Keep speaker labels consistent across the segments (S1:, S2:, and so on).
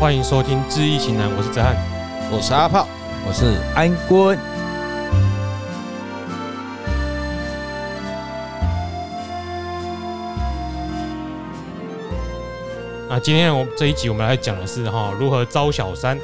S1: 欢迎收听《知易行难》，我是泽汉。
S2: 我是阿炮，
S3: 我是安坤。
S1: 那今天我们这一集我们来讲的是哈、如何招小三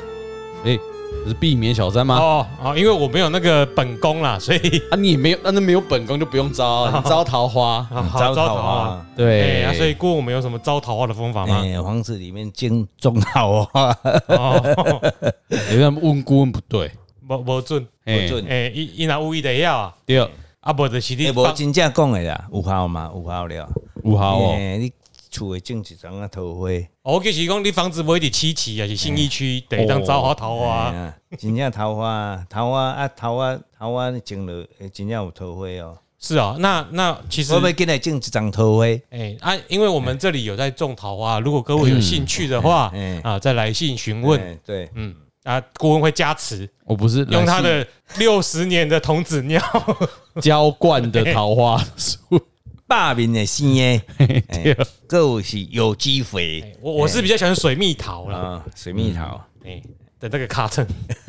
S2: 哎不是避免小三吗？
S1: 哦啊，因为我没有那个本宫啦，所以。
S2: 啊，你也没有，啊那没有本宫就不用招啊，你招桃花
S3: 嗯
S1: 好啊招桃花。，哎
S2: 对，
S1: 啊，所以顾问我们有什么招桃花的方法
S2: 啊
S1: 吗？
S3: 哎，房子里面种种桃花，
S1: 哦，
S2: 有人问顾问不对，
S1: 无无准，
S2: 哎
S3: 不准
S1: 哎，伊伊若有伊就会晓啊，
S2: 对，
S1: 啊，无就是你
S3: 哎，无
S1: 放
S3: 真正讲的啦，有效嘛？有效了。
S2: 五号哦，
S3: 哎，你厝会种一丛啊桃花，
S1: 哦，就是讲你房子不会伫七期啊，是信义区，等于当招花桃
S2: 啊
S3: 哎
S1: 花。
S3: 呀，真正桃花，桃花啊，桃花，桃花你种了，哎真正有桃花哦。
S1: 是啊，那那其实
S3: 我要进来种一丛桃花，
S1: 哎啊，因为我们这里有在种桃花，如果各位有兴趣的话
S3: 嗯嗯
S1: 啊，再来信询问。
S3: 哎对，
S1: 嗯啊，顾问会加持，
S2: 我不是
S1: 用他的六十年的童子尿。
S2: 浇灌的桃花 树，
S3: 百面的生 的，
S2: 对，
S3: 够是有机肥
S1: 哎 我我是比较喜欢水蜜桃啦，
S3: 啊，水蜜桃。
S1: 哎的那个卡称。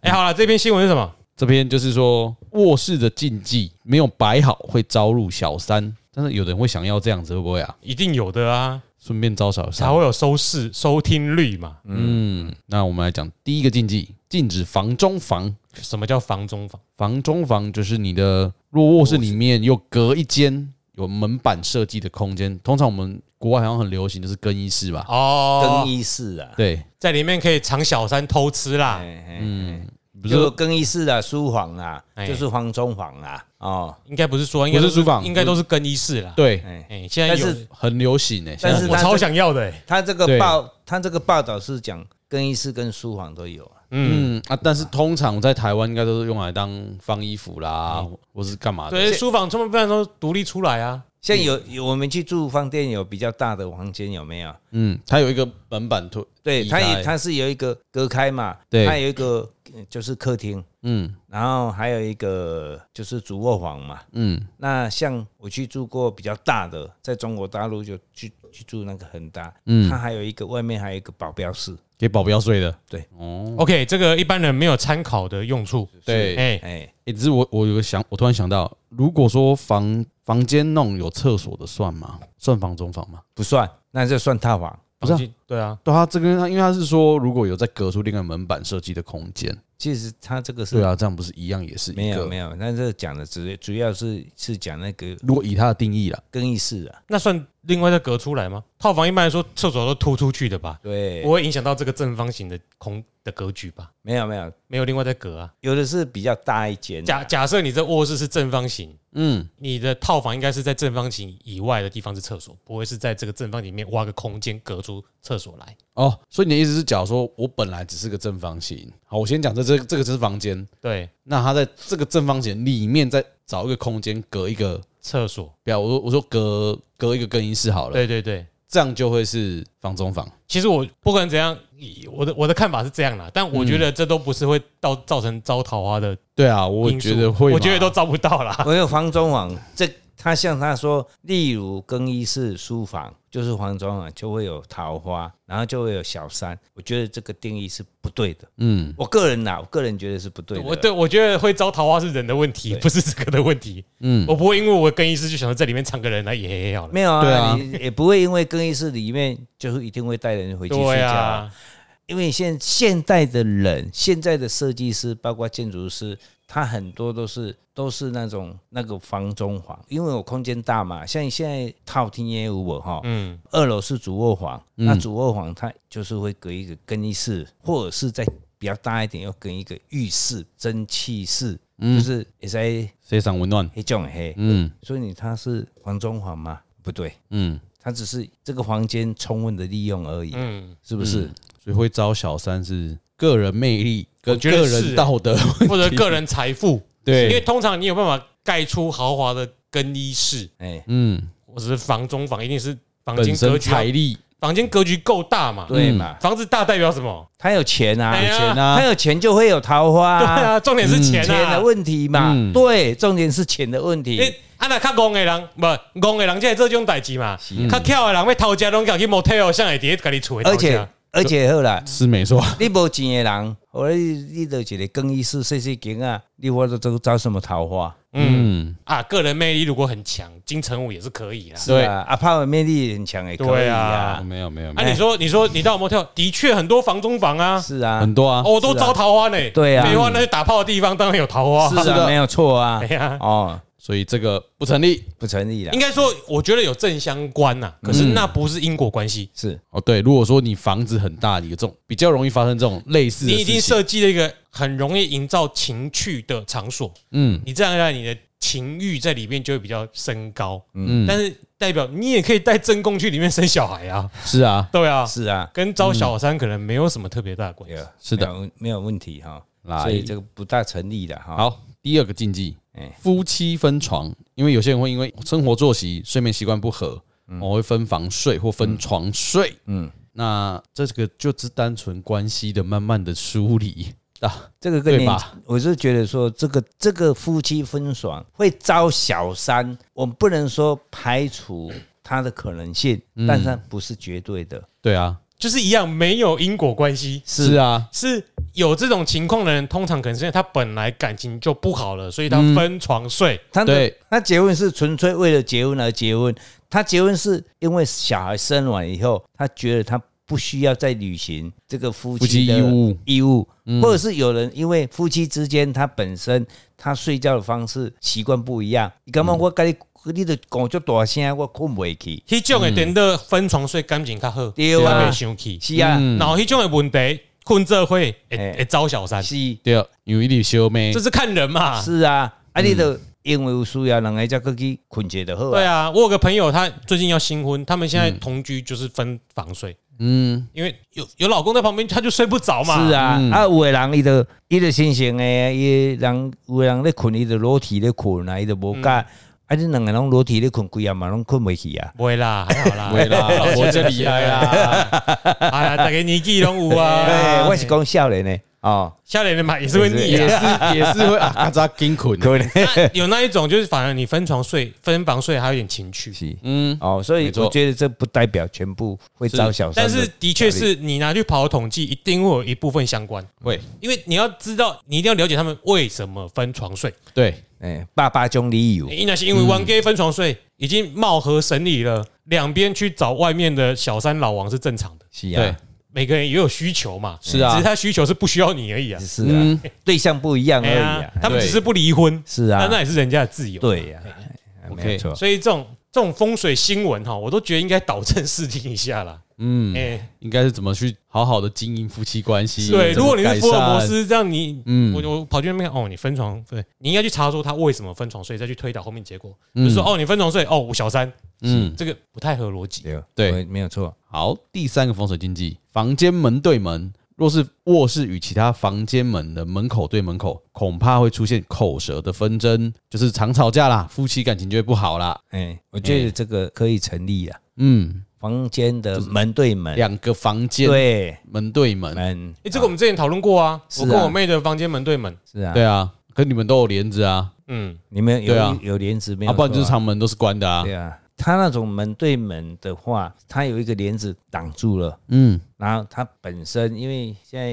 S1: 哎，好了，这篇新闻是什么？
S2: 这边就是说卧室的禁忌没有摆好会招入小三，但是有人会想要这样子，会不会啊？
S1: 一定有的啊，
S2: 顺便招小
S1: 才
S2: 三。
S1: 会有收视收听率嘛。
S2: 嗯，那我们来讲第一个禁忌，禁止房中房。
S1: 什么叫房中房？
S2: 房中房就是你的，若卧室里面又隔一间有门板设计的空间，通常我们国外好像很流行就是更衣室吧？
S1: 哦
S3: 更，衣室啊，
S2: 对，
S1: 在里面可以藏小三偷吃啦。
S3: 嗯，
S2: 不
S3: 不
S2: 是
S3: 是更衣室啊，书房啊，
S1: 哎
S3: 就是房中房啊，哦，
S1: 应该不是说，应该都
S2: 不是书房
S1: 应该都是更衣室啦。，
S2: 对，
S3: 哎，
S1: 哎，现在
S3: 但
S1: 有
S3: 是，
S2: 很流行欸诶、
S3: 但
S2: 现
S3: 是
S2: 在
S1: 我
S3: 它
S1: 超
S3: 这
S1: 想要的欸。
S3: 他这个
S2: 对
S3: 报，他这个报道是讲更衣室跟书房都有啊，
S2: 嗯啊，但是通常在台湾应该都是用来当放衣服啦，
S3: 哎
S2: 或是干嘛的？
S1: 对，书房他们不然都独立出来啊。
S2: 嗯
S3: 像有有我们去住饭店有比较大的房间有没有？
S2: 嗯，它有一个门板推，
S3: 对，
S2: 移
S3: 它
S2: 开
S3: 也它是有一个隔开嘛，
S2: 对
S3: 它有一个呃就是客厅，
S2: 嗯
S3: 然后还有一个就是主卧房嘛。
S2: 嗯，
S3: 那像我去住过比较大的，在中国大陆就去去住那个很大，
S2: 嗯
S3: 它还有一个外面还有一个保镖室，
S2: 给保镖睡的。
S3: 对，
S2: 哦，
S1: OK，这个一般人没有参考的用处。
S2: 对，
S1: 哎，
S3: 哎，
S2: 欸，只是我我有个想，我突然想到，如果说房房间弄有厕所的算吗？算房中房吗？
S3: 不算，那就算套房。
S2: 不是啊
S1: 房间对啊，
S2: 对啊，这个因为他是说，如果有在隔出另外门板设计的空
S1: 嗯
S2: 间，
S3: 其实它这个是
S2: 对啊，这样不是一样也是
S3: 没
S2: 一
S3: 有
S2: 个
S3: 没？有，那这讲的只主要是是讲那个
S2: 如果以它的定义啦，
S3: 更衣室啊，
S1: 那算另外再隔出来吗？套房一般来说厕所都突出去的吧，
S3: 对
S1: 不，会影响到这个正方形的空的格局吧？
S3: 没有没有，
S1: 没有另外再隔啊。
S3: 有的是比较大一间的
S1: 假假设你这卧室是正方形，
S2: 嗯，
S1: 你的套房应该是在正方形以外的地方是厕所，不会是在这个正方里面挖个空间隔出厕所来。
S2: 哦，所以你的意思是，假如说我本来只是个正方形，好，我先讲这这这个是房间，
S1: 对，
S2: 那它在这个正方形里面再找一个空间隔一个，
S1: 厕所，
S2: 不要我说我说隔隔一个更衣室好了，
S1: 对对对。
S2: 这样就会是房中房。
S1: 其实我不管怎样，以我的我的看法是这样啦，但我觉得这都不是会到造成招桃花的
S2: 对啊，我
S1: 因素
S2: 觉得会嘛，
S1: 我觉得都招不到啦。
S3: 我有房中网，这他像他说，例如更衣室、书房，就是房中网就会有桃花，然后就会有小三。我觉得这个定义是不对的。
S2: 嗯，
S3: 我个人呐，我个人觉得是不对的。
S1: 我对我觉得会招桃花是人的问题，不是这个的问题。嗯，我不会因为我更衣室就想到在里面藏个人来也也好了。
S3: 没有
S2: 对
S3: 啊，
S2: 啊
S3: 你也不会因为更衣室里面就是一定会带人回去睡
S1: 对
S3: 觉、
S1: 啊，
S3: 因为现现代的人，现在的设计师，包括建筑师，他很多都是都是那种那个房中房，因为我空间大嘛，像现在套厅也有我哈，
S1: 嗯，
S3: 二楼是主卧房，那主卧房它就是会隔一个更衣室，或者是再比较大一点，要跟一个浴室、蒸汽室，
S1: 嗯
S3: 就是也在
S2: 非常温暖。
S3: 黑种黑，
S2: 嗯
S3: 所以你它是房中房嘛？不对，
S2: 嗯，
S3: 它只是这个房间充分的利用而已，
S1: 嗯
S3: 是不是？
S2: 所以会招小三是个人魅力
S1: 我
S2: 跟
S1: 觉得
S2: 个
S1: 是欸
S2: 人 道德，
S1: 或者个人财富，因为
S2: 对，
S1: 通常你有办法盖出豪华的更衣室，
S3: 哎，
S2: 嗯，
S1: 或者是房中房，一定是房
S2: 本
S1: 间
S2: 身
S1: 格局要
S2: 财，力
S1: 房间格局够大嘛？
S3: 对嘛？
S1: 房子大代表什么？
S3: 他有钱啊，
S1: 哎呀
S2: 钱
S3: 他
S2: 啊，
S3: 有钱就会有桃花、
S1: 对啊， 重点是钱
S3: 嗯钱的
S1: 啊。
S3: 问题嘛。
S2: 嗯
S3: 对，重点是钱的问题。
S1: 你啊，那较戆的人，不戆的人才会做这种代志嘛。较巧的人要偷家拢搞去 motel，像会伫咧家己厝的
S3: 而
S1: 偷
S3: 且
S1: 家。
S3: 而且好啦，
S2: 是没错，
S3: 你无钱的人，后来你你就一个更衣室洗洗间啊，你我都都找什么桃花？
S2: 嗯，
S1: 啊，个人魅力如果很强，金城武也是可以啦。
S2: 对
S3: 啊，阿炮的魅力很强也可以
S1: 对
S3: 啊
S1: 啊，
S2: 没有没有，没
S1: 啊，
S2: 有
S1: 你说你说你到 motel 的确很多房中房啊，
S3: 是啊
S2: 很，多啊
S1: 哦，，我都招桃花呢。
S3: 对啊
S1: 废话，那些打炮的地方当然有桃花。
S3: 是
S2: 是
S3: 啊，
S2: 的
S3: 没有错啊
S1: 哎，呀，
S3: 哦，
S2: 所以这个不成立
S3: 不成立 啦
S1: 应，该说，我觉得有正相关呐、
S2: 嗯
S1: 可是那不是因果关系。
S3: 是
S2: 哦。对，如果说你房子很大，你有这种比较容易发生这种类似的
S1: 你
S2: 事
S1: 已
S2: 情，
S1: 经设计了一个很容易营造情趣的场所，
S2: 嗯
S1: 你这样让你的情欲在里面就会比较升高。
S2: 嗯，
S1: 但是代表你也可以带正宫去里面生小孩啊，
S2: 是啊，
S1: 对啊，
S3: 是啊，
S1: 跟招小三可能没有什么特别大的关系。
S3: Yeah，
S2: 是的
S3: 没有，没有问题哈，
S1: 啊
S2: 来
S3: 所以这个不大成立的哈。，
S2: 好，第二个禁忌
S3: 哎，
S2: 夫妻分床，因为有些人会因为生活作息、睡眠习惯不合，我会分房睡或分床睡。嗯
S3: 嗯，
S2: 那这个就只单纯关系的慢慢的梳理 啊，
S3: 这个跟
S2: 对
S3: 年
S2: 吧，
S3: 我是觉得说，这个这个夫妻分爽会招小三，我们不能说排除它的可能性，
S2: 嗯
S3: 但是它不是绝对的。
S2: 对啊，
S1: 就是一样没有因果关系，
S2: 是啊，
S1: 是有这种情况的人，通常可能是因为他本来感情就不好了，所以他
S2: 嗯
S1: 分床睡。
S3: 他的
S2: 对
S3: 他结婚是纯粹为了结婚而结婚，他结婚是因为小孩生完以后，他觉得他不需要再履行这个夫
S2: 夫
S3: 妻
S2: 妻
S3: 的
S2: 义务嗯
S3: 义务，或者是有人因为夫妻之间他本身他睡觉的方式习惯不一样，你干嘛
S2: 嗯
S3: 我跟你你的讲就大声，我困不去，
S1: 迄种的点的分床睡感情较好，
S3: 对
S1: 较
S3: 啊
S1: 袂生气。
S3: 是啊，
S2: 嗯
S1: 然后迄种的问题，困这会会
S3: 哎
S1: 会招小三，
S3: 是
S2: 对啊，有一点小妹
S1: 这，是看人嘛。
S3: 是啊，啊你的因为有需要，人家才过去困觉就好
S1: 对
S3: 啊，
S1: 啊，我有个朋友，他最近要新婚，他们现在同居就是分房睡，
S2: 嗯，
S1: 因为有有老公在旁边，他就睡不着嘛。
S3: 是，啊，啊有的人伊就伊就新型诶，伊人有的人咧困，伊就裸体咧困啊，伊就无甲。啊！你两个拢裸体咧困，规夜嘛拢困袂去啊！
S1: 不会啦，还好啦，
S2: 对啦，我这啊厉
S1: 厉
S2: 害
S1: 害
S2: 啦，
S1: 啦。哎呀，大家年纪拢有
S3: 哎、
S1: 啊
S3: 我，是讲少年呢，哦，
S1: 笑脸的嘛 也是会腻
S2: 也
S1: 啊。
S2: 是也是 会啊，嘎扎金捆，
S3: 可能
S1: 那有那一种就是，反而你分床睡、分房睡还有点情趣，
S3: 是
S2: 嗯，
S3: 哦，所以
S2: 没错
S3: 我觉得这不代表全部会招小
S1: 但
S3: 三的。
S1: 是的确是你拿去跑统计，一定会有一部分相关，
S2: 会，
S1: 因为你要知道，你一定要了解他们为什么分床睡。
S2: 对，
S3: 哎，爸爸中理由
S1: 因那是因为 one gay 分床睡已经貌合神离了，两边去找外面的小三老王是正常的，
S3: 是
S2: 对
S3: 啊，，
S1: 每个人也有需求嘛，
S2: 是啊
S1: 只是他需求是不需要你而已啊。
S3: 是啊，
S2: 嗯，
S3: 对象不一样而
S1: 哎
S3: 已
S1: 呀
S3: 啊。，
S1: 他们只是不离婚，
S3: 是啊
S1: 但那也是人家的自由。
S3: 对呀、啊，
S2: OK
S3: 没有错。
S1: 所以这种这种风水新闻哈，我都觉得应该导正视听一下啦。嗯，哎，
S2: 应该是怎么去好好的经营夫妻关系？
S1: 对，如
S2: 怎么
S1: 果你是福尔摩
S2: 改善，
S1: 斯这样，你
S2: 嗯
S1: 我我跑去那边看，哦，你分床对，你应该去查说他为什么分床睡，再去推导后面结果，就是说哦，你分床睡，哦，我小三，
S2: 嗯，
S1: 这个不太合逻辑。
S3: 对啊
S2: 对
S3: 对，没有错。
S2: 好，第三个风水禁忌，房间门对门，若是卧室与其他房间门的门口对门口，恐怕会出现口舌的纷争，就是常吵架啦，夫妻感情就会不好啦。
S3: 哎，我觉得这个可以成立啊。
S2: 嗯，
S3: 房间的门对门，
S2: 两个房间
S3: 对
S2: 门对门，
S3: 门
S1: 哎、这个我们之前讨论过啊，
S3: 是啊
S1: 我跟我妹的房间门对门，
S3: 是啊，
S2: 对啊，可你们都有帘子啊，
S1: 嗯，
S3: 你们有
S2: 对啊
S3: 有帘子没有错
S2: 啊，
S3: 啊？
S2: 不然就是长门都是关的啊。
S3: 对啊，他那种门对门的话，他有一个帘子挡住了。
S2: 嗯，
S3: 然后他本身因为现在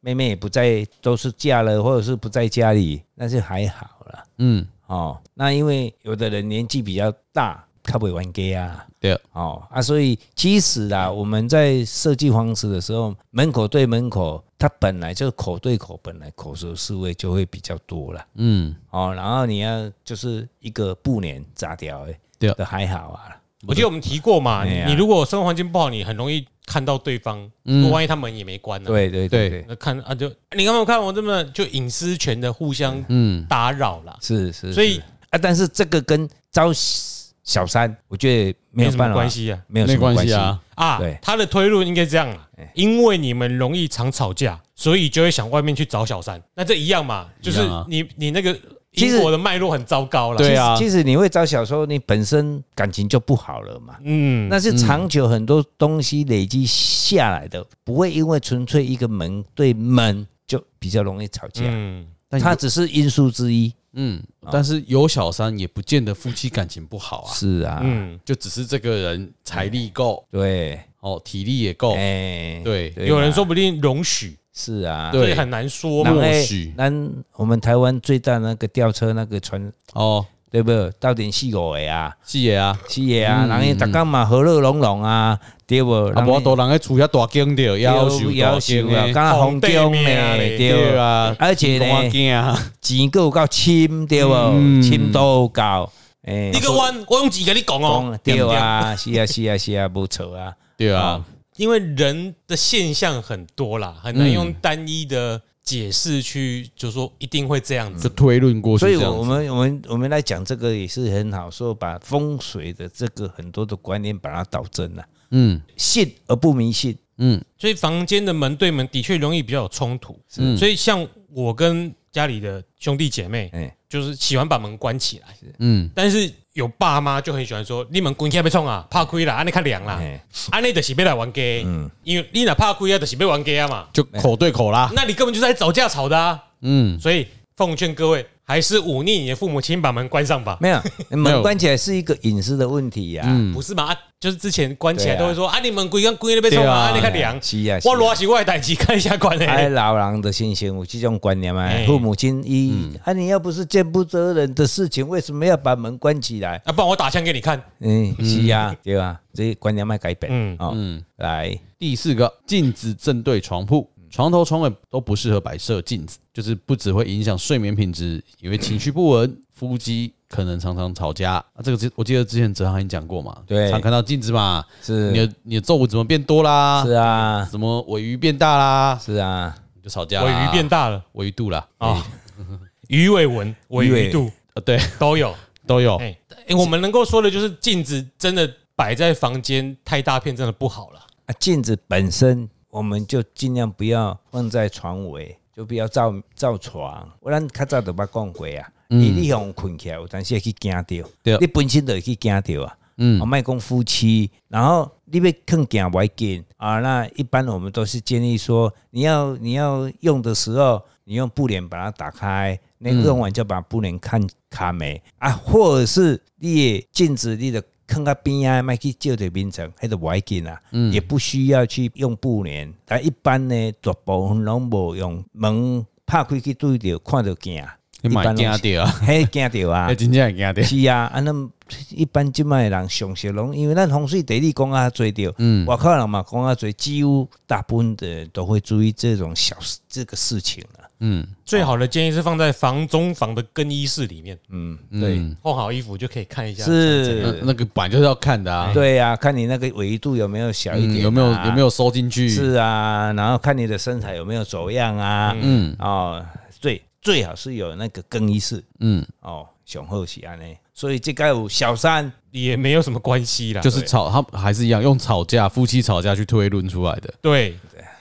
S3: 妹妹也不在，都是嫁了或者是不在家里，那就还好了。
S2: 嗯，
S3: 哦，那因为有的人年纪比较大，他不会玩 gay 啊。
S2: 对，
S3: 哦啊，所以其实啊，我们在设计房子的时候，门口对门口，它本来就口对口，本来口舌是非就会比较多了。
S2: 嗯，
S3: 哦，然后你要就是一个布帘砸掉的，
S2: 对
S3: 都还好啊。
S1: 我记得我们提过嘛，
S3: 哎呀
S1: 你你如果生活环境不好，你很容易看到对方，
S2: 嗯
S1: 万一他门也没关呢、啊
S3: 对对
S2: 对
S3: 对对，
S1: 那看啊就你有没有看我这么就隐私权的互相
S2: 嗯，
S1: 打扰啦，
S3: 是是。
S1: 所以
S3: 是啊，但是这个跟招小三，我觉得没
S1: 没
S3: 有
S1: 什么
S3: 办法
S1: 关，系啊
S3: 没有什
S2: 没
S3: 么
S2: 关
S3: 关
S2: 系啊。
S1: 啊
S3: 对。
S1: 他的推论应该这样啦
S3: 哎，
S1: 因为你们容易常吵架，所以就会想外面去找小三，那这一样嘛，就是
S2: 一样啊
S1: 你你那个
S3: 其实
S1: 因果的脉络很糟糕了。
S2: 对啊
S3: 其实你会招小三，你本身感情就不好了嘛。
S1: 嗯，
S3: 那是长久很多东西累积下来的，不会因为纯粹一个门对门就比较容易吵架，
S1: 嗯，
S2: 但
S3: 它只是因素之一。
S2: 嗯，
S3: 啊
S2: 但是有小三也不见得夫妻感情不好啊，
S3: 是啊，
S1: 嗯，
S2: 就只是这个人财力够
S3: 对，
S2: 哦，体力也够，
S3: 哎，
S2: 对
S3: 对
S1: 有人
S3: 嘛
S1: 说不定容许，
S3: 是啊，
S2: 对
S1: 所以很难说嘛。
S3: 然
S2: 那
S3: 后
S2: 默
S3: 哎
S2: 许
S3: 咱我们台湾最大那个吊车那个船，
S2: 哦，
S3: 对不对？到点四五个啊，
S2: 是的啊，
S3: 是的啊，
S2: 嗯
S3: 人伊逐工嘛和乐融融啊，对不？
S2: 啊，
S3: 人
S2: 无
S3: 家
S2: 多人喺厝遐大惊着，要求
S3: 要
S2: 要
S3: 求
S2: 求
S3: 啊，
S2: 的，
S3: 敢若皇
S1: 皇
S3: 宫
S1: 帝
S3: 呢
S1: 命嘞，
S3: 对啊，
S2: 啊，
S3: 而且呢
S2: 我惊啊，
S3: 钱够有够深对
S2: 嗯
S3: 不？深都有够，诶，
S1: 一个弯，我用几个你讲哦
S3: 讲，对啊，是啊是啊是啊，无错啊，
S2: 对啊，
S1: 因为人的现象很多啦，很难
S3: 嗯
S1: 用单一的解释去，就说一定会这样
S2: 就
S1: 子。
S2: 推论过去
S3: 所
S2: 这
S3: 以
S2: 样子，
S3: 我我们我们我们来讲这个也是很好，说把风水的这个很多的观念把它导正了，
S2: 嗯
S3: 信而不迷信，
S2: 嗯
S1: 所以房间的门对门的确容易比较有冲突。
S2: 嗯
S1: 所以像我跟家里的兄弟姐妹，
S3: 哎，
S1: 就是喜欢把门关起来，
S2: 嗯，
S1: 但是有爸妈就很喜欢说：“你们关起来别冲啊，怕亏啦，安尼较凉啦，
S3: 哎嗯
S1: 安尼就是别来玩 gay，因为你哪怕亏啊，就是别玩 gay 啊嘛，
S2: 就口对口啦，
S1: 那你根本就是在找架吵的啊。”
S2: 嗯，
S1: 所以奉劝各位，还是忤逆你的父母亲，把门关上吧。
S3: 没 有
S2: 有嗯
S3: 门关起来是一个隐私的问题呀、
S1: 不是嘛？啊就是之前关起来
S3: 嗯对啊
S1: 都会说啊，你们规跟规那边冲
S2: 对啊
S1: 啊，你看凉，
S3: 是啊是啊
S1: 我罗是外代机看一下关
S3: 哎，
S1: 嘞。
S3: 老人的心情有这种观念嘛
S1: 哎？
S3: 父母亲一啊，你要不是见不得人的事情，为什么要把门关起来？
S1: 啊，不然我打枪给你看。
S3: 嗯，是啊，对吧？这些观念要改变。
S1: 嗯
S3: 嗯，哦，来，
S2: 第四个，镜子正对床铺。
S3: 嗯
S2: 床头、床尾都不适合摆设镜子，就是不只会影响睡眠品质，也会情绪不
S3: 嗯
S2: 稳，夫妻可能常常吵架。啊、这个之我记得之前哲航已经讲过嘛，
S3: 对
S2: 常看到镜子嘛，你
S3: 是
S2: 的你的皱纹怎么变多啦？
S3: 是啊，
S2: 什么尾鱼变大啦，
S3: 是啊，
S2: 你就吵架啦。
S1: 尾鱼变大了
S2: 尾鱼肚啦，
S1: 啊，鱼尾纹、尾鱼肚
S2: 呃，对，
S1: 都有。
S2: 都有。
S1: 哎，哎我们能够说的就是镜子真的摆在房间太大片，真的不好了。
S3: 啊，镜子本身我们就尽量不要放在床尾，就不要照照床。我咱较早都捌讲过啊，你你用困起来，有当时会去惊
S2: 嗯对
S3: 着，你本身就会去惊着啊。
S2: 嗯
S3: 啊，，卖讲夫妻，然后你要更惊外紧啊。那一般我们都是建议说，你要你要用的时候，你用布帘把它打开，那
S2: 嗯
S3: 用完就把布帘看卡没啊，或者是你的镜子你的。看到边啊，卖去照着面层，迄个外紧啊，
S2: 嗯
S3: 也不需要去用布帘。但一般呢，大部分拢无用门拍开去对着，看着镜，
S2: 你买
S3: 一般
S2: 惊
S3: 拢是
S2: 掉啊，
S3: 嘿惊着啊
S2: 哎，。真正会惊掉。
S3: 是啊，啊，咱一般即卖人上熟拢，因为咱风水地理讲啊多着，
S2: 嗯
S3: 外口人嘛讲啊多，几乎大部分的人都会注意这种小事这个事情啊。
S2: 嗯
S1: 最好的建议是放在房中房的更衣室里面，
S3: 嗯，对，
S2: 嗯，
S1: 换好衣服就可以看一下。
S2: 那
S3: 是，
S2: 那个板就是要看的啊，
S3: 对啊，看你那个维度有没有小一点、啊
S2: 嗯有没有有没
S3: 有？
S2: 有收进去？
S3: 是啊，然后看你的身材有没有走样啊。
S2: 嗯
S3: 哦，最最好是有那个更衣室
S2: 嗯，
S3: 哦，雄厚是安尼，所以这个有小三
S1: 也没有什么关系啦。
S2: 就是吵，他还是一样用吵架，夫妻吵架去推论出来的。
S1: 对，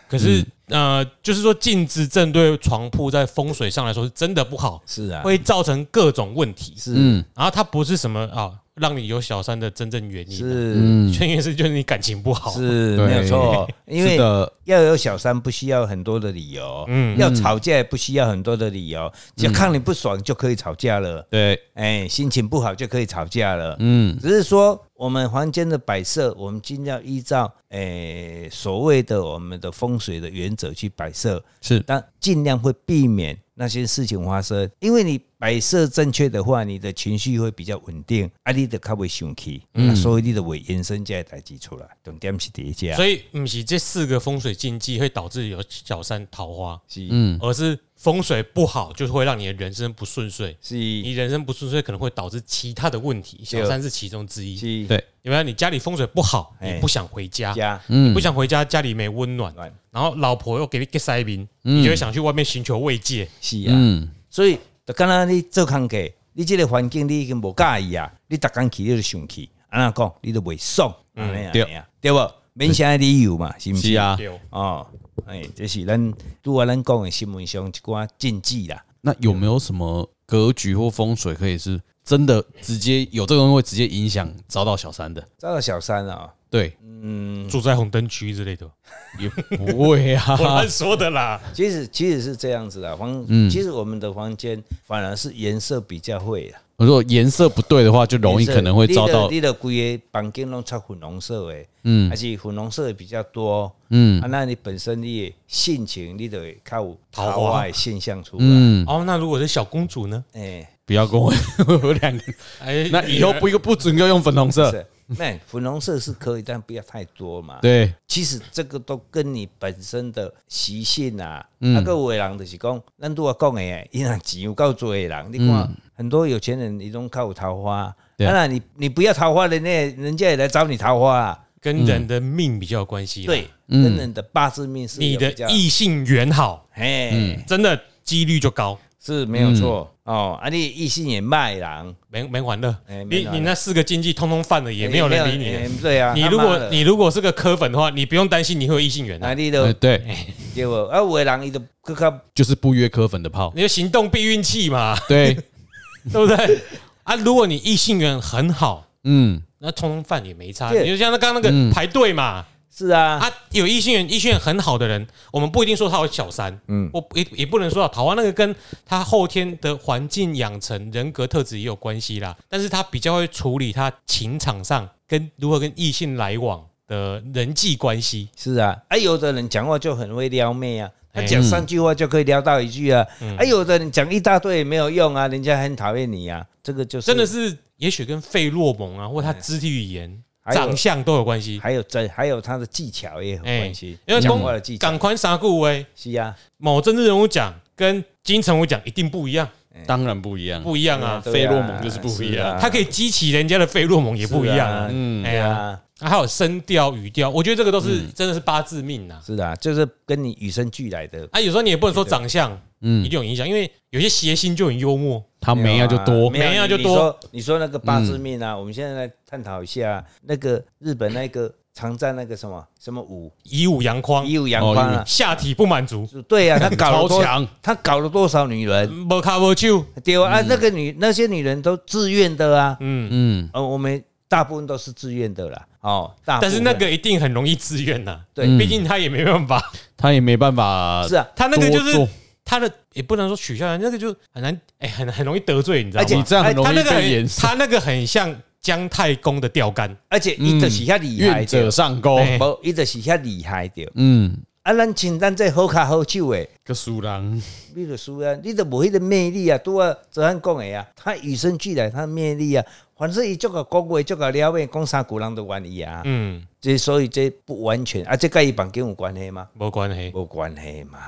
S1: 可是呃，就是说镜子正对床铺在风水上来说是真的不好，
S3: 是啊，
S1: 会造成各种问题。
S3: 是、
S2: 嗯
S1: 然后它不是什么啊，让你有小三的真正原因，
S3: 是。
S2: 嗯，
S1: 全原是就是你感情不好。
S3: 是
S2: 对
S3: 没有 错，因
S2: 是
S3: 为
S2: 的，
S3: 要有小三不需要很多的理由，
S1: 嗯
S3: 要吵架也不需要很多的理由，只
S2: 嗯
S3: 要看你不爽就可以吵架了，
S2: 对，
S3: 哎，心情不好就可以吵架了。
S2: 嗯
S3: 只是说我们房间的摆设，我们尽量依照诶、所谓的我们的风水的原则去摆设，
S2: 是，
S3: 但尽量会避免那些事情发生，因为你摆设正确的话，你的情绪会比较稳定，啊，你的较会生气，
S2: 嗯
S3: 啊所以你的会延伸这些代志出来，重点是第一
S2: 啊
S3: 件。
S1: 所以不是这四个风水禁忌会导致有小三桃花，
S2: 嗯
S1: 而是风水不好，就是会让你的人生不顺遂。你
S3: 是
S1: 人生不顺遂，可能会导致其他的问题，小三是其中之一。
S3: 是
S2: 对，
S1: 因为你家里风水不好，
S3: 哎
S1: 你不想回家，
S3: 家
S2: 嗯
S1: 不想回家，家里没温暖，
S3: 暖
S1: 然后老婆又给你给塞宾，你就会想去外面寻求慰藉。
S3: 是啊，
S2: 嗯，
S3: 所以就敢若你做工课，你即个环境你已经无介意啊，你逐工去你就生气，安那讲你都袂爽，安尼啊
S2: 嗯对
S3: 安尼啊，对无？免啥理由 嘛，是毋
S2: 是
S3: 是？
S2: 啊。
S1: 对
S3: 哦，哎，这是咱拄啊咱讲的新闻上一寡禁忌啦。
S2: 那有没有什么格局或风水可以是真的直接有这个东西会直接影响招到小三的。
S3: 招到小三啊、
S2: 对，嗯
S1: 住在红灯区之类 的，
S2: 也不会啊
S1: 我。乱说的啦。
S3: 其实其实是这样子的房，
S2: 嗯
S3: 其实我们的房间反而是颜色比较会啊，
S2: 如果颜色不对的话，就容易可能会遭到
S3: 你的规个房间拢出粉红色的，嗯，而且粉红色的比较多，嗯，啊，那你本身你的性情你就会较有
S1: 桃花
S3: 的现象出来，嗯，
S1: 哦，那如果是小公主呢？
S3: 哎、
S2: 不要跟我 有两个。
S1: 哎，
S2: 那以后不一个不准给我用粉红色。
S3: 是，那粉红色是可以，但不要太多嘛。
S2: 呃对，
S3: 其实这个都跟你本身的习性啊，
S2: 嗯
S3: 那个有的人就是讲，咱都要讲诶，伊若钱有够多的人，你看、很多有钱人，伊拢靠有桃花。
S2: 嗯对
S3: 当然，你你不要桃花，人家人家也来找你桃花啊。
S1: 跟
S2: 嗯
S1: 人的命比较有关系。
S3: 对，，跟人的八字命是
S1: 嗯你的嗯
S3: 有比较，
S1: 异性缘好，
S3: 哎、
S1: 真的几率就高。
S3: 是没有错、
S1: 嗯
S3: 哦。啊，你异性也卖人，
S1: 没没玩了，
S3: 哎没
S1: 你
S3: 玩了
S1: 你那四个禁忌通通犯了，也没有人理
S3: 也没有
S1: 你。
S3: 哎对啊，
S1: 你
S3: 他妈
S1: 如果
S3: 的
S1: 你如果是个科粉的话，你不用担心你会有异性缘
S3: 啊，
S1: 啊，
S3: 你都
S2: 呃对，
S3: 对不？啊，有的人伊都更较
S2: 就是不约磕粉的炮。
S1: 你的行动避孕器 嘛，
S2: 对，
S1: 对不对？啊，如果你异性缘很好，
S2: 嗯，
S1: 那通通犯也没差。
S3: 对嗯
S1: 你就像那刚刚那个排队嘛，
S3: 是啊，
S1: 啊，有异性缘，异性缘很好的人，我们不一定说他有小三，嗯，我也也不能说到桃花那个跟他后天的环境养成、人格特质也有关系啦。但是他比较会处理他情场上跟如何跟异性来往的人际关系，
S3: 是啊，啊，有的人讲话就很会撩妹啊，他
S1: 哎嗯
S3: 讲三句话就可以撩到一句啊，啊，有的人讲一大堆也没有用啊，人家很讨厌你啊，这个就是哎
S1: 真的是也许跟费洛蒙啊，或他肢体语言、
S3: 还有
S1: 长相都有关系。
S3: 还有这还有他的技巧也有关系，
S1: 因为
S3: 讲
S1: 公
S3: 话的技巧
S1: 港宽啥顾威，
S3: 是啊，
S1: 某政治人物讲跟金城武讲一定不一样，
S2: 当然不一样。
S1: 不一样啊。
S3: 对啊
S2: 费洛蒙就是不一样
S3: 是啊
S1: 他可以激起人家的费洛蒙，也不一样
S3: 是啊
S1: 啊。
S2: 嗯
S1: 哎
S3: 对
S1: 呀，
S3: 啊，
S1: 啊还有声调、语调，我觉得这个都是真的是八字命呐。
S3: 是啊，就是跟你与生俱来的，
S1: 啊，有时候你也不能说长相一
S2: 嗯，
S1: 定有影响，因为有些谐星就很幽默，
S2: 他没要就多
S1: 没。有啊
S3: 没有
S1: 就
S3: 你
S1: 多
S3: 你说你说那个八字命啊，我们现在来探讨一下那个日本那个常在那个什么什么舞
S1: 以武扬匡，
S3: 一五阳光啊，
S1: 下体不满足，
S3: 对啊，他搞了
S2: 超
S3: 多
S2: 强
S3: 他搞了多少女人？
S1: 没卡没酒，
S3: 对啊，啊那个女那些女人都自愿的啊，
S1: 嗯。
S2: 嗯，
S3: 呃，我们大部分都是自愿的啦，哦，大部
S1: 但
S3: 分
S1: 是那个一嗯定很容易自愿呐，
S3: 对
S1: 毕竟他也没办法，
S2: 他也没办法
S3: 是啊，
S1: 他那个就是
S2: 多做
S1: 他的也不能说取消人，那个就很难，哎，很很容易得罪，你知道
S3: 而且
S1: 吗
S2: 你？这样很
S3: 哎
S2: 容
S1: 他
S2: 易
S1: 那个
S2: 被延
S1: 很
S2: 伸
S1: 他那个很像姜太公的钓竿，
S3: 而且伊就是遐厉害
S2: 愿者
S3: 的，
S2: 上钩。
S1: 啊哎
S3: 无伊就是遐厉害的。
S2: 嗯，
S3: 啊，咱像咱这好卡好手的，
S2: 个鼠狼，
S3: 你就输啊，你就无迄个魅力啊，拄啊泽汉讲的啊，他与生俱来，他的魅力啊，反正伊足个讲话，足个了解，讲三句人都愿意啊。
S1: 嗯，
S3: 这所以这不完全啊，这跟伊房间有关系吗？
S1: 没关系，
S3: 无关系嘛。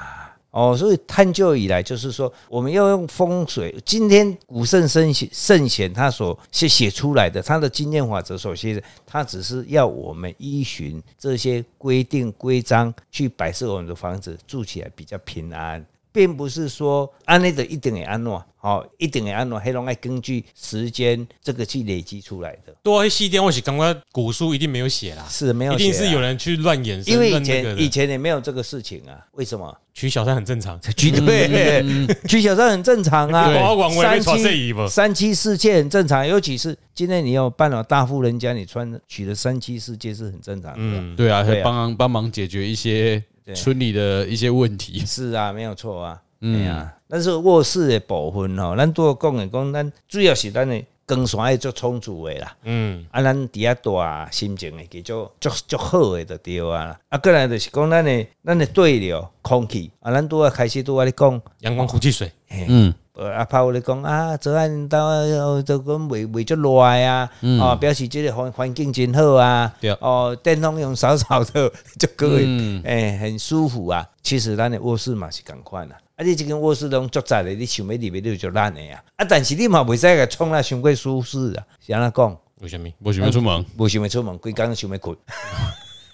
S3: 哦，所以探究以来，就是说我们要用风水。今天古圣圣贤圣贤他所写写出来的，他的经验法则所写的，他只是要我们依循这些规定规章去摆设我们的房子，住起来比较平安，并不是说安内的一定会安诺，哦，一定会安诺，黑龙爱根据时间这个去累积出来的，
S1: 多西点我是刚刚古书一定没有写啦，
S3: 是没有、
S1: 一
S3: 啊、
S1: 定是有，人去乱衍生，
S3: 因为以
S1: 乱那个
S3: 前
S1: 的
S3: 以前也没有这个事情啊，为什么？
S1: 娶小三很正 常，
S3: 举对，举小三很正常啊
S1: 对我要往，外面
S3: 三
S1: 传这
S3: 妻
S1: 一步
S3: 三妻四妾很正常，尤其是今天你要办了大户人家，你穿娶了三妻四妾是很正常的。
S1: 嗯，
S2: 对啊，
S3: 对啊
S2: 还帮忙帮忙解决一些
S1: 啊
S3: 对
S2: 村里的一些问题。
S3: 是啊，没有错啊。嗯啊，但是卧室的部分吼，咱都讲的讲，咱主要是咱的光线要足充足的啦。
S1: 嗯，
S3: 啊，咱底下住啊，心情会叫做足足好的就对啊啦。啊，过来就是讲咱的咱的对流空气啊，咱拄啊开始拄啊咧讲。
S1: 阳光、空气、水，
S2: 嗯，
S3: 呃，阿炮咧讲啊，昨暗到都讲袂袂足热啊，
S1: 嗯
S3: 哦，表示即个环环境真好啊
S2: 对，
S3: 哦，电风用扫扫都就可以，
S1: 嗯
S3: 诶，很舒服啊。其实咱的卧室嘛是共款啊，啊，你即间卧室拢足窄的，你想要入去你就烂的啊，啊，但是你嘛袂使甲创啊伤过舒适啊，是安怎讲？
S1: 为什么？
S2: 我喜欢出门，
S3: 无想要出门，规工想要困，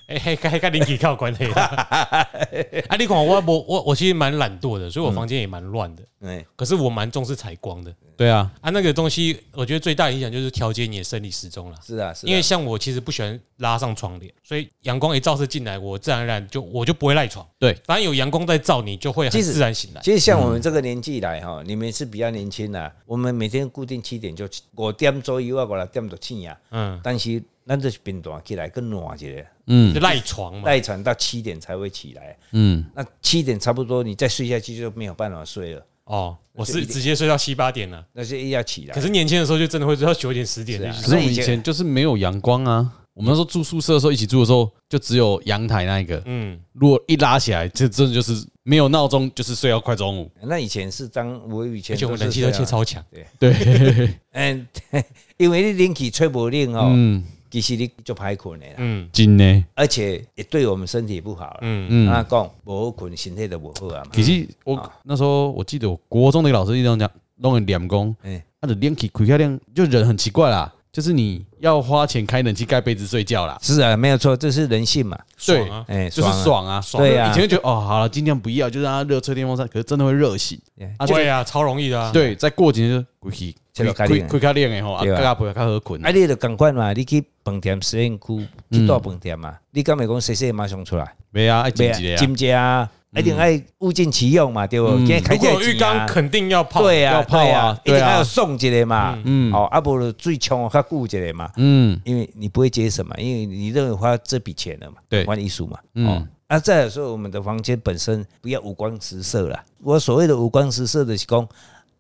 S1: 哎，还还跟邻居靠关系啦。啊，你看我我我我其实蛮懒惰的，所以我房间也蛮乱的。
S3: 哎，
S1: 可是我蛮重视采光的
S2: 对啊，
S1: 啊，那个东西我觉得最大影响就是调节你的生理时钟啦。
S3: 是啊，是啊
S1: 因为像我其实不喜欢拉上窗帘，所以阳光一照射进来，我自然而然就我就不会赖床。
S2: 对
S1: 反正有阳光在照，你就会
S3: 其
S1: 很
S3: 实
S1: 自然醒来。
S3: 其实像我们这个年纪来哈，你们是比较年轻啦。我们每天固定七点就起五点左右啊，五六点就醒啊。
S1: 嗯，
S3: 但是咱就是变短起来，更暖一下，
S2: 嗯
S1: 就赖床嘛。
S3: 赖床到七点才会起来。
S2: 嗯，
S3: 那七点差不多，你再睡下去就没有办法睡了，
S1: 哦，我
S3: 就是一定
S1: 直接睡到七八点了。啊
S3: 那就要起来
S1: 可。是年轻的时候就真的会睡到九点十点
S3: 是啊
S1: 就
S2: 可
S1: 是
S2: 是我们以
S3: 那以
S2: 前
S3: 前
S2: 就是没有阳光啊。我们那时候住宿舍的时候，一起住的时候，就只有阳台那一个。
S1: 嗯，
S2: 如果一拉起来，这真的就是没有闹钟，就是睡到快中午。
S3: 那以前是当我以前
S1: 而且我
S3: 都
S1: 们冷
S3: 是
S1: 气都
S3: 这
S1: 切
S3: 样
S1: 超强。
S2: 对，
S3: 嗯， 因为你冷气吹不冷哦，
S2: 嗯，
S3: 其实你就歹困的啦，
S1: 嗯
S2: 真的。
S3: 而且也对我们身体不好了。
S1: 嗯，
S2: 嗯
S3: 啊，讲不好困，身体都不好啊嘛。
S2: 其实我那时候我记得，我国中那个老师一直这样讲，弄个脸工，
S3: 哎，
S2: 他的冷气开开量就人很奇怪啦，就是你要花钱开冷气盖被子睡觉啦，
S3: 是啊，没有错，这是人性嘛。
S1: 爽啊！
S3: 哎，
S2: 哦就是
S3: 啊
S2: 爽啊，
S1: 爽
S3: 啊对啊
S2: 以前就觉得哦，好了，尽量不要，就让它热吹电风扇，可是真的会热醒。啊就
S1: 对啊，超容易的啊。
S2: 对，再过几天就开
S3: 这就开
S2: 开开
S3: 冷
S2: 开开冷的吼，啊，
S3: 对啊
S2: 盖盖被较好困
S3: 啊，。你就赶快嘛，你去饭店实验区去大饭店嘛，你敢会讲洗洗马上出来，
S2: 没啊，爱紧急的啊，
S3: 金姐啊，一定爱物尽其用嘛，对不？
S2: 嗯
S3: 今天开
S1: 如
S3: 起
S1: 果
S3: 来
S1: 有浴缸，
S3: 钱啊
S1: 肯定要泡。
S3: 对啊，
S2: 要泡啊
S3: 对一
S2: 对啊
S3: 定要送一个嘛，
S2: 嗯
S3: 哦，啊，不如最冲较久一个嘛，
S2: 嗯，
S3: 因为你不会节省嘛，因为你认为花这笔钱了嘛，
S2: 对
S3: 换艺术嘛，
S2: 嗯
S3: 哦。啊，再来说，我们的房间本身不要五光十色啦。我所谓的五光十色的是讲，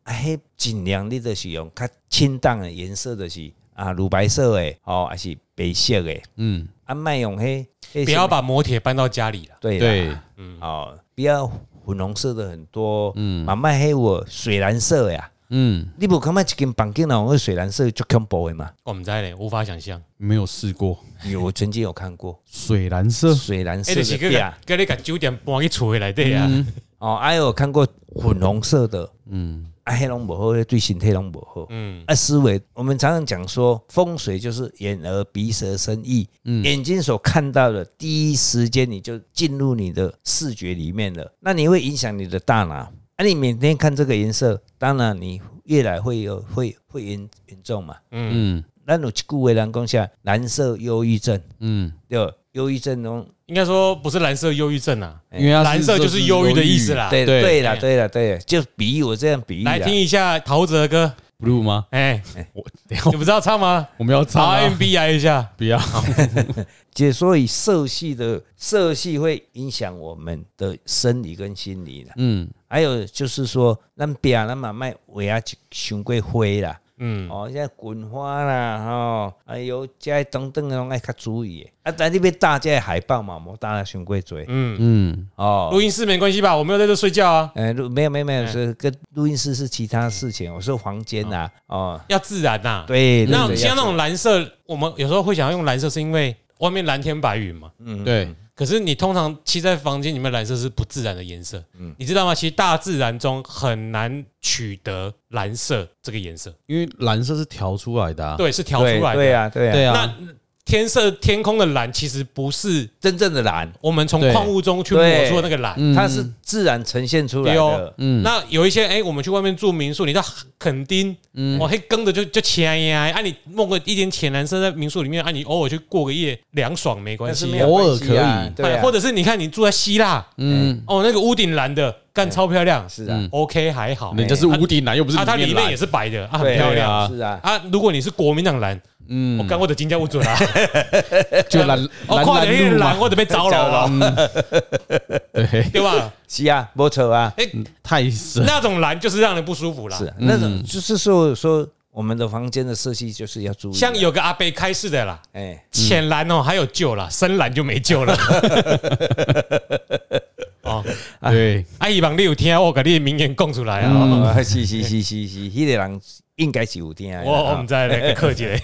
S3: 啊，迄尽量你就是用较清淡的颜色，就是啊，乳白色的，哦，还是白色的，
S2: 嗯，
S3: 啊，卖用迄、那
S1: 不要把磨铁搬到家里了。
S3: 对啊
S2: 对
S3: 对，，哦，不要粉红色的很多，嗯，慢慢黑我水蓝色的呀、
S2: 嗯，
S3: 你不感觉一间房间那水蓝色就恐怖的嘛？
S1: 我们在嘞，无法想象。
S2: 没有试过
S3: 有，我曾经有看过
S2: 水蓝色，
S3: 水蓝
S1: 哎，
S3: 色
S1: 就
S3: 的
S1: 是个
S3: 壁啊，
S1: 跟你个九点半去厝回来对啊。
S3: 哦，还、有看过粉红色的，
S2: 嗯
S3: 啊，黑龙不好，那对身体拢不好。
S1: 嗯，
S3: 啊，思维，我们常常讲说，风水就是眼耳鼻舌身意，
S1: 嗯
S3: 眼睛所看到的，第一时间你就进入你的视觉里面了，那你会影响你的大脑。啊，你每天看这个颜色，当然你越来会有会会严严重嘛。
S2: 嗯
S3: 咱有一句话人讲啥，蓝色忧郁症，
S2: 嗯，
S3: 对吧，忧郁症中，
S1: 应该说不是蓝色忧郁症啊，
S2: 因为它
S1: 蓝色就是忧郁的意思啦。
S3: 对
S2: 对
S3: 对了对了对了，就比喻我这样比喻啦
S1: 啊哎
S3: 啊
S1: 来听一下陶喆的歌，
S2: ，blue 吗？
S1: 哎，
S2: 我等一下
S1: 你不知道唱吗？
S2: 我们要唱
S1: 好
S2: 啊，
S1: ，MV 来一下。
S2: 不要，
S3: 就所以色系的色系会影响我们的生理跟心理啦。
S2: 嗯
S3: 还有就是说，咱饼咱嘛卖画啊，伤过灰啦，
S1: 嗯，
S3: 哦，像滚花啦，吼、还有这等等的拢爱较注意的。啊，但你要搭这海报嘛，莫搭啊伤过多，
S2: 嗯
S3: 哦
S1: 录。音室没关系吧？我没有在这睡觉啊，
S3: 呃，录没有没有没有，是跟录音室是其他事情，我说房间呐，哦，
S1: 要自然啊呐。
S3: 对，
S1: 嗯那
S3: 对
S1: 像那种蓝色，我们有时候会想要用蓝色，是因为外面蓝天白云嘛。
S3: 嗯
S2: 对，
S1: 可是你通常漆在房间里面，蓝色是不自然的颜色，嗯，你知道吗？其实大自然中很难取得蓝色这个颜色，
S2: 因为蓝色是调出来的啊，
S1: 对，是调出
S3: 对
S1: 来的。
S3: 对啊对啊，
S2: 对啊，
S1: 那天色天空的蓝其实不是
S3: 真正的蓝，
S1: 我们从
S2: 对
S1: 矿物中去磨出的那个蓝。
S2: 嗯
S3: 它是自然呈现出来
S1: 对哦
S3: 的，
S2: 嗯
S1: 那有一些哎、我们去外面住民宿，你到垦丁，
S3: 嗯
S1: 我黑更的就就浅呀，哎啊，你弄个一点浅蓝色在民宿里面，啊，你偶尔去过个夜，凉爽没关
S3: 但是
S1: 系
S3: 没
S1: 啊。
S3: 有
S2: 偶尔
S3: 关系啊
S2: 可以
S3: 对啊，
S1: 哎或者是你看你住在希腊，
S2: 嗯，
S1: 哦，那个屋顶蓝的，干超漂亮，嗯
S3: 是啊，
S1: OK 还好，
S2: 人家是屋顶蓝，又不是
S1: 哎啊，它里面
S2: 蓝
S1: 也是白的啊，很
S3: 对
S1: 漂亮
S2: 啊
S1: 啊。
S3: 是啊，
S1: 如果你是国民党蓝，我
S2: 嗯，
S1: 干我的金价不准啊，
S2: 就蓝
S1: 我
S2: 蓝
S1: 哦跨点
S2: 蓝
S1: 一
S2: 路
S1: 蓝
S2: 嘛，嗯
S1: 我准备着 了啊，
S2: 对，
S1: 对吧？
S3: 是啊，没错啊，
S1: 哎，
S2: 嗯太深，
S1: 那种蓝就是让人不舒服啦
S3: 是。
S2: 嗯
S3: 啊那种，就是说说我们的房间的设计就是要注意啊，
S1: 像有个阿贝开市的啦，
S3: 哎，
S1: 浅蓝哦还有救啦，深蓝就没救了。哦，
S2: 对，
S1: 阿姨帮你有听啊我给你的名言供出
S2: 嗯
S1: 来啊，
S3: 哦，是是是是是，迄个人应该是有听的。
S1: 我我们
S3: 哦
S1: 在那个客气嘞。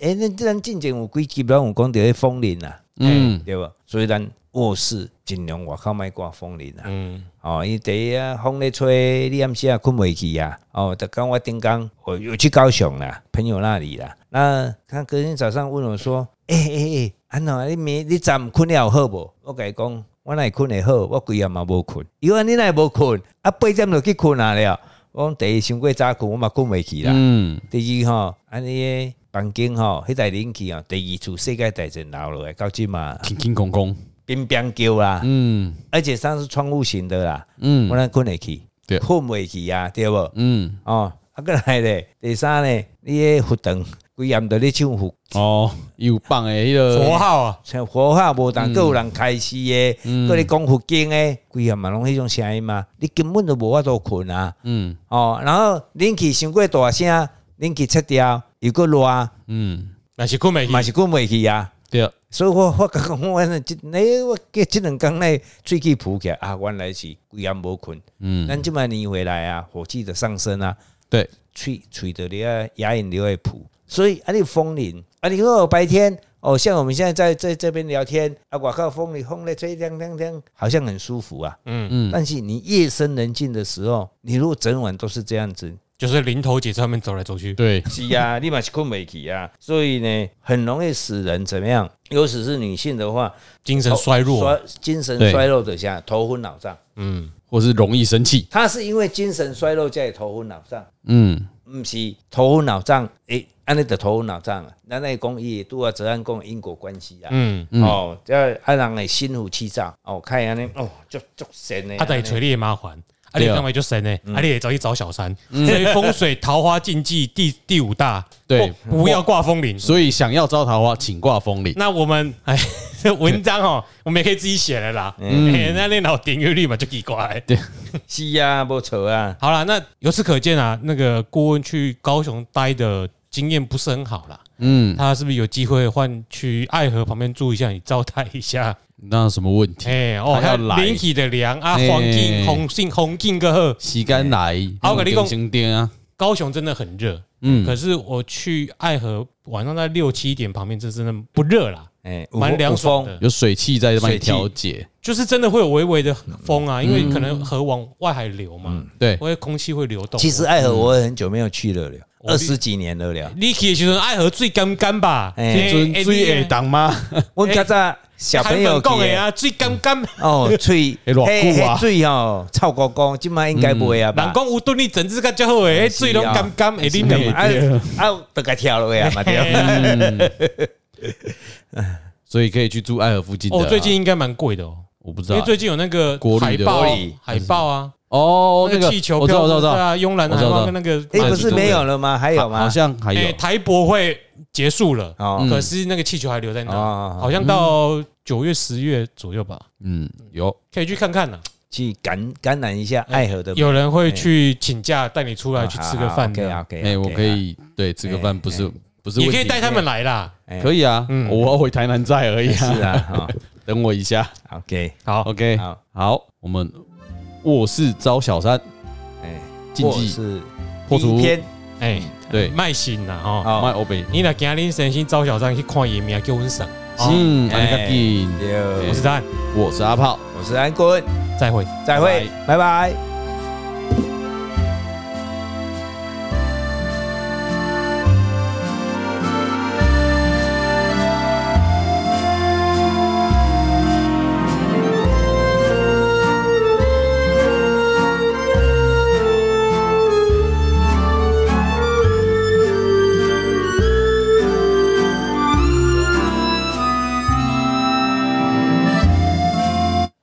S3: 哎，那咱进前有几集咱有讲到迄风铃啊，
S2: 嗯
S3: 对吧？所以咱卧室尽量外口莫挂风铃啊。
S1: 嗯，
S3: 哦，因第一啊，风咧吹，你暗时啊困袂去啊。哦，就讲我顶工，我有去高雄啦，朋友那里啦。那他隔天早上问我说：“诶诶诶，安怎你明你昨毋困了好无？我甲伊讲，我哪会困会好，我规夜嘛无困。伊讲你哪会无困？啊八点就去困啊了。我讲第一伤过早困，我嘛困袂去
S1: 啊
S3: 啦。
S2: 嗯，
S3: 第二吼，安尼诶房间吼，迄台冷气吼，第二次世界大战留落来，到即嘛
S2: 空空空空，
S3: 乒乓叫啦，
S2: 嗯
S3: 而且它是窗户型的啦，我
S2: 嗯
S3: 咱困会去
S2: 对，
S3: 困袂去啊，对无？
S2: 嗯，
S3: 哦，啊个来咧，第三咧，你诶活动，规暗在咧唱佛
S2: 哦，有放诶迄
S1: 佛
S2: 个，
S1: 号啊，
S3: 像佛号无同，各有人开始诶，
S2: 嗯
S3: 各咧讲佛经诶，规暗嘛拢迄种声音嘛，你根本就无法度困啊。
S2: 嗯
S3: 哦，然后冷气伤过大声，冷气切掉，又个热，
S2: 嗯，
S1: 那是困美
S3: 嘛是困袂去啊。
S2: 对，
S3: 所以我我感觉我那即诶，我计即两工咧喙齿浮起来啊，原来是规暗无困。
S2: 嗯
S3: 咱即摆年回来啊，火气的上升啊，
S2: 对，
S3: 喙喙的你啊牙龈流会浮，所以啊你有风铃啊你说白天哦，像我们现在在在这边聊天啊，外靠风里风咧吹凉凉凉，好像很舒服啊。
S1: 嗯，
S2: 嗯，
S3: 但是你夜深人静的时候，你如果整晚都是这样子，
S1: 就是零头姐在上面走来走去，
S2: 对，
S3: 是啊，立马是困不起啊，所以呢，很容易使人怎么样？尤其是女性的话，
S1: 精
S2: 哦
S1: 神衰弱，
S3: 衰精神
S2: 对
S3: 衰弱的下头昏脑胀，
S1: 嗯，
S2: 或是容易生气，
S3: 他是因为精神衰弱才会头昏脑胀，
S2: 嗯
S3: 不是头昏脑胀，诶、安尼的头昏脑胀啊，咱那讲伊拄啊，则按讲因果关系啊。
S1: 嗯，
S2: 嗯
S3: 哦，这啊人会心浮气躁，哦，看安尼，哦，足足神的。
S1: 他等于
S3: 这
S1: 锤
S3: 样
S1: 你的麻烦，啊，你
S2: 对啊嗯
S1: 干嘛就神呢？啊，你也找去找小 三，所以风水桃花禁忌第第五大，
S2: 对
S1: 不不要挂风铃。
S2: 所以想要招桃花，请挂风铃，
S1: 那我们哎， 这文章哦，我们也可以自己写了啦。
S2: 嗯
S1: 哎那那老点阅率嘛就奇怪。
S3: 是啊，无错啊，
S1: 好了，那由此可见啊，那个顾问去高雄待的经验不是很好啦。
S2: 嗯，
S1: 他是不是有机会换去爱河旁边住一下，你招待一下？
S2: 那有什么问题？
S1: 哎、哦，
S2: 他要
S1: 他
S2: 来
S1: 林体的凉啊，
S2: 哎
S1: 黄金、红杏、红杏个呵。
S2: 时间来，
S1: 啊我跟你讲
S2: 经典啊，
S1: 高雄真的很热，
S2: 嗯
S1: 可是我去爱河晚上在六七点旁边，这真的不热啦，
S3: 哎、有
S1: 蛮凉爽。
S3: 有
S1: 的。
S2: 有水汽在帮你
S3: 水汽
S2: 调节，
S1: 就是真的会有微微的风
S2: 嗯
S1: 啊，因为可能河往外海流嘛，
S2: 对，
S1: 因为空气会流动。啊
S3: 风其实爱河我很久没有去了了，
S1: 我
S3: 二十几年了了。
S1: 你去的时候，爱河最干干吧？
S3: 哎
S1: 哎
S2: 尊
S1: 哎
S2: 最会
S1: 你
S2: 当吗？
S3: 我较早小朋
S1: 韩
S3: 友去
S1: 粉讲的
S3: 的，
S1: 啊，最干干。
S2: 嗯
S3: 哦，喙
S2: 会偌久啊
S3: 迄迄水哦，臭高高，即摆应该袂啊吧
S1: 嗯人？讲有对你整治个较好诶，
S3: 是啊
S1: 水拢干干哎诶，你
S2: 嗯是
S1: 明
S2: 啊
S3: 啊啊，大家跳落去啊嘛对。
S2: 所以可以去住爱河附近的啊。
S1: 哦，最近应该蛮贵的哦，
S2: 我不知
S1: 因为
S2: 道欸
S1: 最近有那个
S2: 国
S1: 海
S2: 旅的
S1: 报
S3: 国
S1: 啊
S3: 旅
S1: 海报啊，
S2: 哦，
S1: 那
S2: 个
S1: 个气球
S2: 我知
S1: 飘
S2: 道，我
S1: 过
S2: 知道，
S1: 去
S2: 我
S1: 啊，慵
S2: 知道，
S1: 懒的
S2: 我
S1: 海
S2: 知道
S1: 报跟那个
S3: 哎，
S2: 哎
S3: 不是没有了吗？还有
S2: 好
S3: 吗？
S2: 像还
S1: 哎
S2: 有啊
S1: 台博会结束了，
S3: 哦，
S1: 可是那个气球还留在那，
S3: 哦
S1: 好像到九月十月左右吧，
S2: 嗯，有
S1: 可以去看看呐。啊
S3: 去感感染一下爱河的
S1: 有人会去请假带你
S2: 哎
S1: 出来去吃个饭
S3: ，OK
S1: 的，
S3: 啊 OK，
S2: 哎，我可，以对吃个饭不是不是，
S1: 也可以带他，们来啦。
S3: 哎
S2: 可以啊，
S1: 嗯
S2: 我要回台南再而已
S3: 是
S2: 啊，
S3: 啊哈
S2: 等我一下
S3: ，OK，
S1: 好，
S2: ，OK，
S3: 好，
S2: 好，我们卧室招小三
S3: 哎，
S2: 禁
S3: 我
S2: 忌
S3: 是
S2: 破
S3: 第
S2: 除
S3: 一，篇
S1: 哎，
S2: 对，
S1: 卖心呐哦。
S2: 卖
S3: 哦，
S2: 欧北，
S1: 你若今日先去招小张去看伊名叫阮省。哦，
S2: 嗯，
S3: 哎
S2: 安尼较紧
S3: 对
S1: 哎我是张翰，
S2: 我是阿炮，
S3: 我是安坤，
S1: 再会。
S3: 再会，拜拜。